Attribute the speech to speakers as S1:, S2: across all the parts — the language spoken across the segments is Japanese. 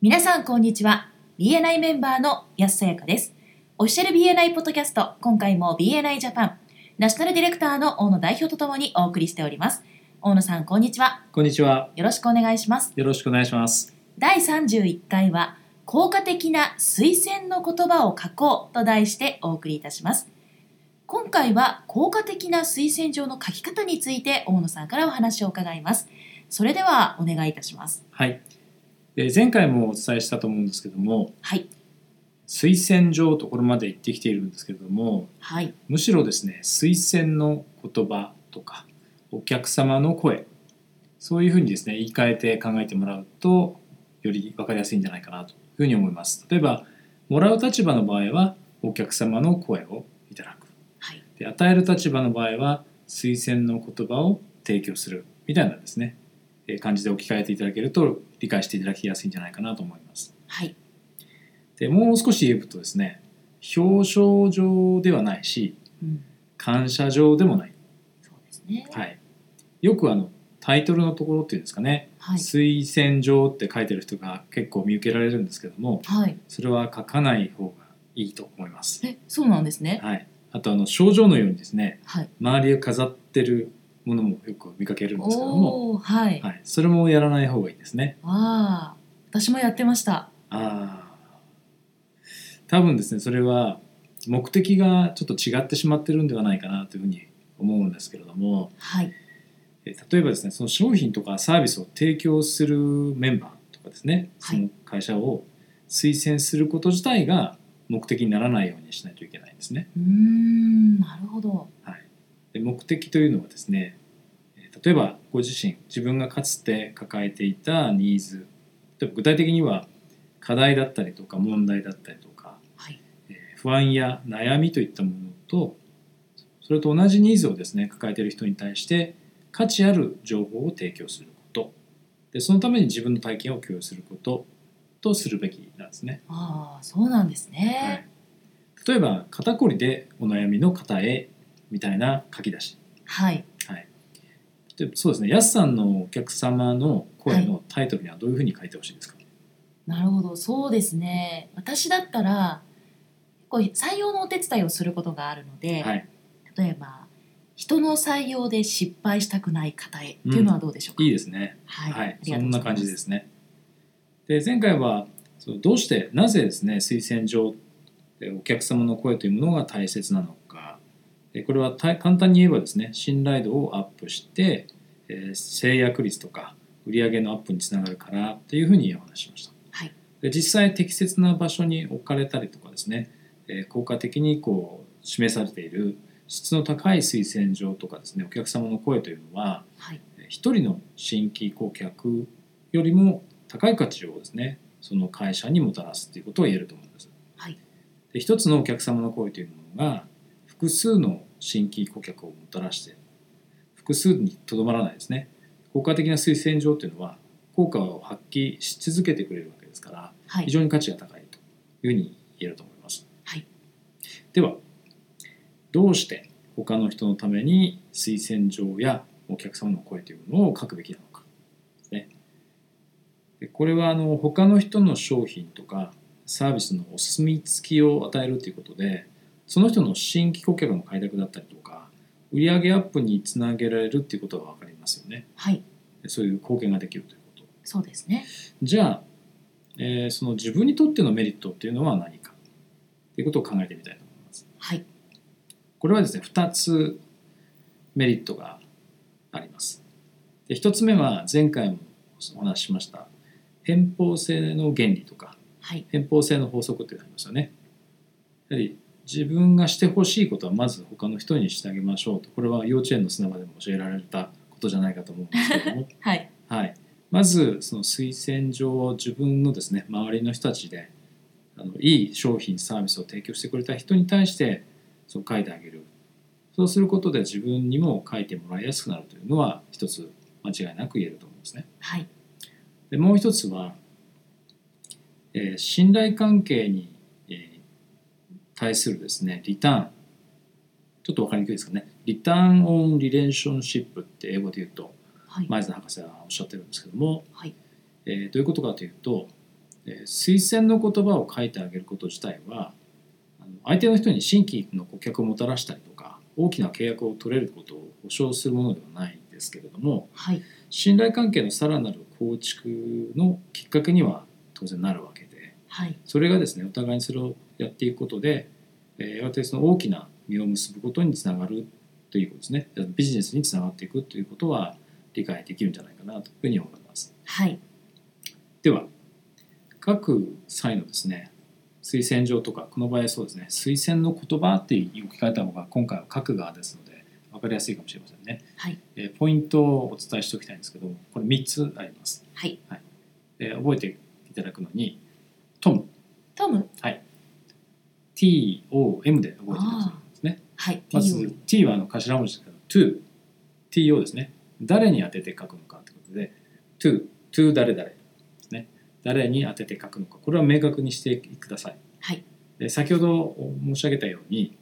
S1: 皆さんこんにちは BNI メンバーの安さやかですオフィシャル BNI ポッドキャスト今回も BNI ジャパンナショナルディレクターの大野代表とともにお送りしております大野さんこんにちは
S2: こんにちは。
S1: よろしくお願いします
S2: よろしくお願いします。
S1: 第31回は効果的な推薦の言葉を書こうと題してお送りいたします今回は効果的な推薦状の書き方について大野さんからお話を伺いますそれではお願いいたします
S2: はい。で前回もお伝えしたと思うんですけども、
S1: はい
S2: 推薦状とこれまで言ってきているんですけれども、
S1: はい
S2: むしろですね、推薦の言葉とかお客様の声、そういうふうにですね言い換えて考えてもらうとより分かりやすいんじゃないかなというふうに思います。例えばもらう立場の場合はお客様の声をいただく。
S1: はい
S2: で与える立場の場合は推薦の言葉を提供するみたいなですねえー感じで置き換えていただけると理解していただきやすいんじゃないかなと思います。
S1: はい
S2: でもう少し言うとですね表彰状ではないし
S1: うん
S2: 感謝状でもない、
S1: そうですね
S2: はい、よくあのタイトルのところっていうんですかね、
S1: はい
S2: 推薦状って書いてる人が結構見受けられるんですけども
S1: はい
S2: それは書かない方がいいと思います。
S1: えそうなんですね
S2: はい、あとあの症状のようにですね
S1: はい
S2: 周りを飾ってるものもよく見かけるんですけども、
S1: おおーはい、
S2: はい、それもやらない方がいいですね。
S1: ああ私もやってました
S2: あー多分ですねそれは目的がちょっと違ってしまってるんではないかなというふうに思うんですけれども
S1: はい
S2: え例えばですねその商品とかサービスを提供するメンバーとかですね
S1: は
S2: そ
S1: い
S2: の会社を推薦すること自体が目的にならないようにしないといけないんですね。
S1: うーんなるほど
S2: で目的というのはですねえー例えばご自身自分がかつて抱えていたニーズ例えば具体的には課題だったりとか問題だったりとか、
S1: はい
S2: えー不安や悩みといったものとそれと同じニーズをですね抱えている人に対して価値ある情報を提供することでそのために自分の体験を共有することとするべきなんですね。
S1: ああそうなんです
S2: は
S1: ね
S2: い例えば肩こりでお悩みの方へみたいな書き出し
S1: はい
S2: でそうですね、やすさんのお客様の声のタイトルにはどういうふうに書いてほしいですか、
S1: なるほどそうですね私だったらこう採用のお手伝いをすることがあるので、
S2: はい、
S1: 例えば人の採用で失敗したくない方へっていうのはどうでしょうか、
S2: いいですね。
S1: は、
S2: はいい、
S1: あり
S2: そ
S1: がと
S2: ん
S1: うござ
S2: ない
S1: ます
S2: 感じですね。で、前回はそのどうしてなぜですね、推薦状でお客様の声というものが大切なのか、でこれはた簡単に言えばですね、信頼度をアップして、えー制約率とか売上のアップにつながるからというふうにお話ししました。
S1: はい
S2: で実際適切な場所に置かれたりとかですね、えー効果的にこう示されている質の高い推薦状とかですねお客様の声というのは
S1: はい
S2: えー一人の新規顧客よりも高い価値をですねその会社にもたらすということを言えると思うんです。
S1: はい
S2: で一つのお客様の声というものが複数の新規顧客をもたらして複数にとどまらないですね効果的な推薦状というのは効果を発揮し続けてくれるわけですから
S1: は
S2: 非
S1: い
S2: 常に価値が高いというふうに言えると思います。
S1: はい
S2: ではどうして他の人のために推薦状やお客様の声というものを書くべきなのかですね。でこれはあの他の人の商品とかサービスのお墨付きを与えるということでその人の新規顧客の開拓だったりとか売上アップにつなげられるっていうことが分かりますよね。
S1: はい
S2: でそういう貢献ができるということ。
S1: そうですね
S2: じゃあ、えーその自分にとってのメリットっていうのは何かっていうことを考えてみたいと思います。
S1: はい
S2: これはですね2つメリットがあります。で1つ目は前回もお話ししました偏方性の原理とか
S1: はい
S2: 偏方性の法則っていうのがありましたよね。やはり自分がしてほしいことはまず他の人にしてあげましょうとこれは幼稚園の砂場でも教えられたことじゃないかと思うんですけれども
S1: はい
S2: はい、まずその推薦状を自分のですね周りの人たちであのいい商品サービスを提供してくれた人に対してそう書いてあげるそうすることで自分にも書いてもらいやすくなるというのは一つ間違いなく言えると思うんですね。
S1: はい
S2: でもう一つは、えー信頼関係に、えー対するですねリターンちょっと分かりにくいですかねリターン・オン・リレーションシップって英語で言うと
S1: はい
S2: 前津博士がおっしゃってるんですけども、
S1: はい
S2: えーどういうことかというとえー推薦の言葉を書いてあげること自体はあの相手の人に新規の顧客をもたらしたりとか大きな契約を取れることを保証するものではないんですけれども
S1: はい
S2: 信頼関係のさらなる構築のきっかけには当然なるわけで
S1: はい
S2: それがですねお互いにそれをやっていくことで、えー、やがてその大きな実を結ぶことにつながるということですねビジネスにつながっていくということは理解できるんじゃないかなというふうに思います。
S1: はい
S2: では各際のですね推薦状とかこの場合はそうですね推薦の言葉って置き換えた方が今回は各側ですので分かりやすいかもしれませんね、
S1: はい
S2: えーポイントをお伝えしておきたいんですけどこれ3つあります、
S1: はい
S2: えー覚えていただくのにトム
S1: トム
S2: TOM で覚えていただくんですね
S1: はい
S2: ま
S1: TO
S2: ず T はあの頭文字ですけど TOTO ですね誰に当てて書くのかということで TOTO 誰々ですね誰に当てて書くのかこれは明確にしてください
S1: はい
S2: で先ほど申し上げたように、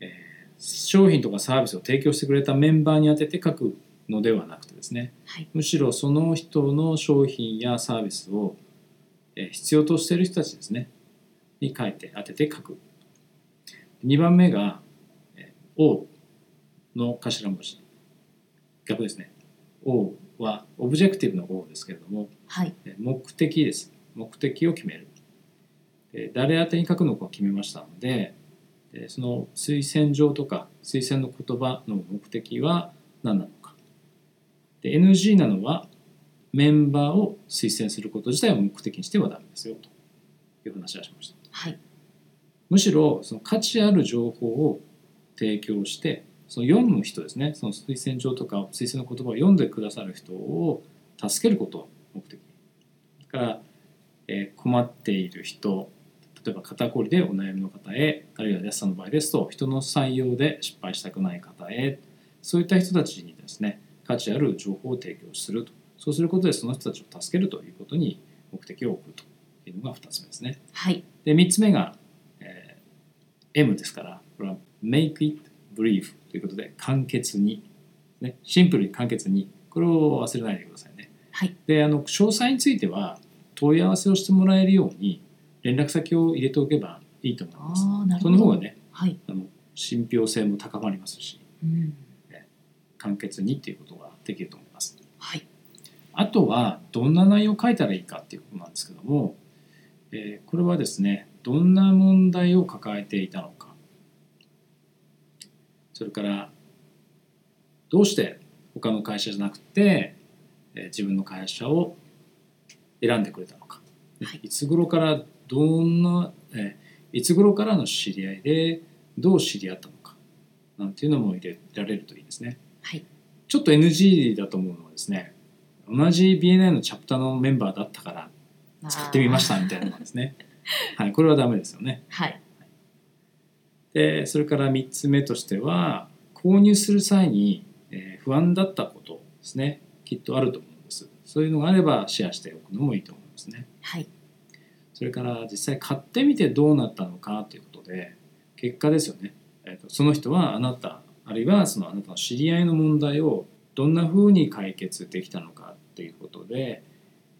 S2: えー商品とかサービスを提供してくれたメンバーに当てて書くのではなくてですね
S1: はい
S2: むしろその人の商品やサービスをえー必要としている人たちですねに書いて当てて書く2番目がえー O の頭文字逆ですね O はオブジェクティブの O ですけれども
S1: はい
S2: えー目的です目的を決めるえー誰宛てに書くのかを決めましたのでえーその推薦状とか推薦の言葉の目的は何なのかで NG なのはメンバーを推薦すること自体を目的にしてはダメですよという話はしました
S1: はい
S2: むしろその価値ある情報を提供してその読む人ですねその推薦状とか推薦の言葉を読んでくださる人を助けることを目的にだから、えー困っている人例えば肩こりでお悩みの方へあるいは安さんの場合ですと人の採用で失敗したくない方へそういった人たちにですね価値ある情報を提供するとそうすることでその人たちを助けるということに目的を置くというのが2つ目ですね。
S1: はい
S2: で3つ目が、えー M ですからこれは Make it brief ということで簡潔に、ね、シンプルに簡潔にこれを忘れないでくださいね
S1: はい
S2: であの詳細については問い合わせをしてもらえるように連絡先を入れておけばいいと思います
S1: ああなる
S2: そ
S1: ほ
S2: の
S1: ど
S2: 方がね
S1: はい
S2: あの信憑性も高まりますし
S1: うん
S2: 簡潔にっていうことができると思います
S1: はい
S2: あとはどんな内容を書いたらいいかっていうことなんですけども、えーこれはですねどんな問題を抱えていたのかそれからどうして他の会社じゃなくて、えー自分の会社を選んでくれたのか、
S1: はい
S2: いつ頃からどんな、えーいつ頃からの知り合いでどう知り合ったのかなんていうのも入れられるといいですね。
S1: はい
S2: ちょっと NG だと思うのはですね同じ BNI のチャプターのメンバーだったから使ってみましたみたいなのがですね、はい、これはダメですよね
S1: はい
S2: でそれから3つ目としては購入する際に、えー不安だったことですねきっとあると思うんですそういうのがあればシェアしておくのもいいと思いますね
S1: はい
S2: それから実際買ってみてどうなったのかということで結果ですよね、えーとその人はあなたあるいはそのあなたの知り合いの問題をどんなふうに解決できたのかっていうことで、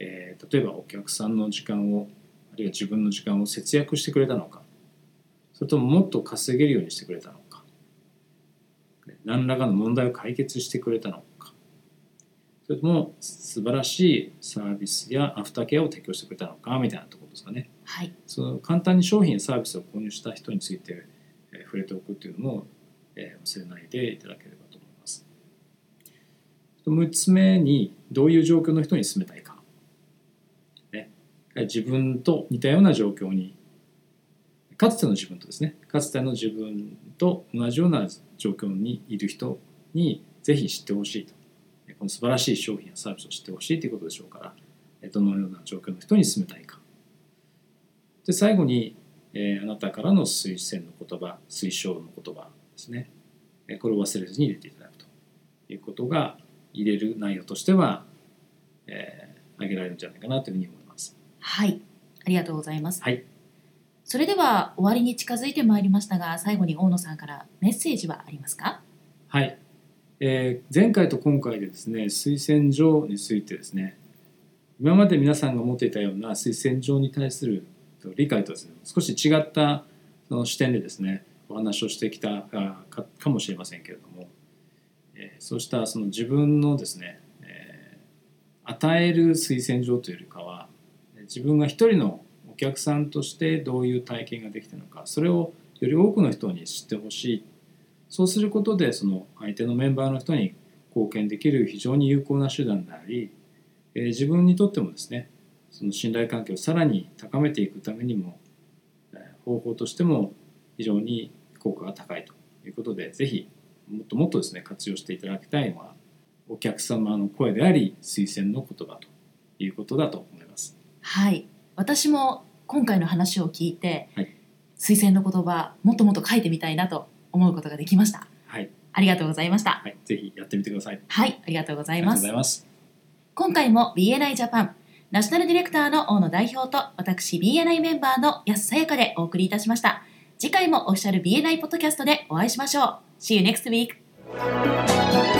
S2: えー例えばお客さんの時間をあるいは自分の時間を節約してくれたのかそれとももっと稼げるようにしてくれたのかね何らかの問題を解決してくれたのかそれとも素晴らしいサービスやアフターケアを提供してくれたのかみたいなところですかね。
S1: はい
S2: その簡単に商品やサービスを購入した人について、えー触れておくというのも、えー忘れないでいただければと思います。6つ目にどういう状況の人に勧めたいか、ね、自分と似たような状況にかつての自分とですねかつての自分と同じような状況にいる人にぜひ知ってほしいとえこの素晴らしい商品やサービスを知ってほしいということでしょうからえどのような状況の人に勧めたいかで最後に、えーあなたからの推薦の言葉推奨の言葉ですね、えこれを忘れずに入れていただくということが入れる内容としては、えー挙げられるんじゃないかなというふうに思います。
S1: はいありがとうございます
S2: はい、
S1: それでは終わりに近づいてまいりましたが最後に大野さんからメッセージはありますか
S2: はいえー前回と今回でですね推薦状についてですね今まで皆さんが持っていたような推薦状に対する理解とですね少し違ったその視点でですねお話をしてきたあかかもしれませんけれども、えーそうしたその自分のですね、えー与える推薦状というよりかは自分が一人のお客さんとしてどういう体験ができたのかそれをより多くの人に知ってほしいそうすることでその相手のメンバーの人に貢献できる非常に有効な手段であり、えー自分にとってもですねその信頼関係をさらに高めていくためにも、えー方法としても非常に効果が高いということでぜひもっともっとですね活用していただきたいのはお客様の声であり推薦の言葉ということだと思います。
S1: はい、私も今回の話を聞いて、
S2: はい
S1: 推薦の言葉もっともっと書いてみたいなと思うことができました
S2: はい、
S1: ありがとうございました
S2: はい、ぜひやってみてください。
S1: はいありがとうござ
S2: あ
S1: い
S2: りが
S1: ま
S2: とう
S1: す
S2: ございます。
S1: 今回も BNI ジャパンナショナルディレクターの大野代表と私 BNI メンバーの安さやかでお送りいたしました次回もオフィシャル BNI ポッドキャストでお会いしましょう See you next week!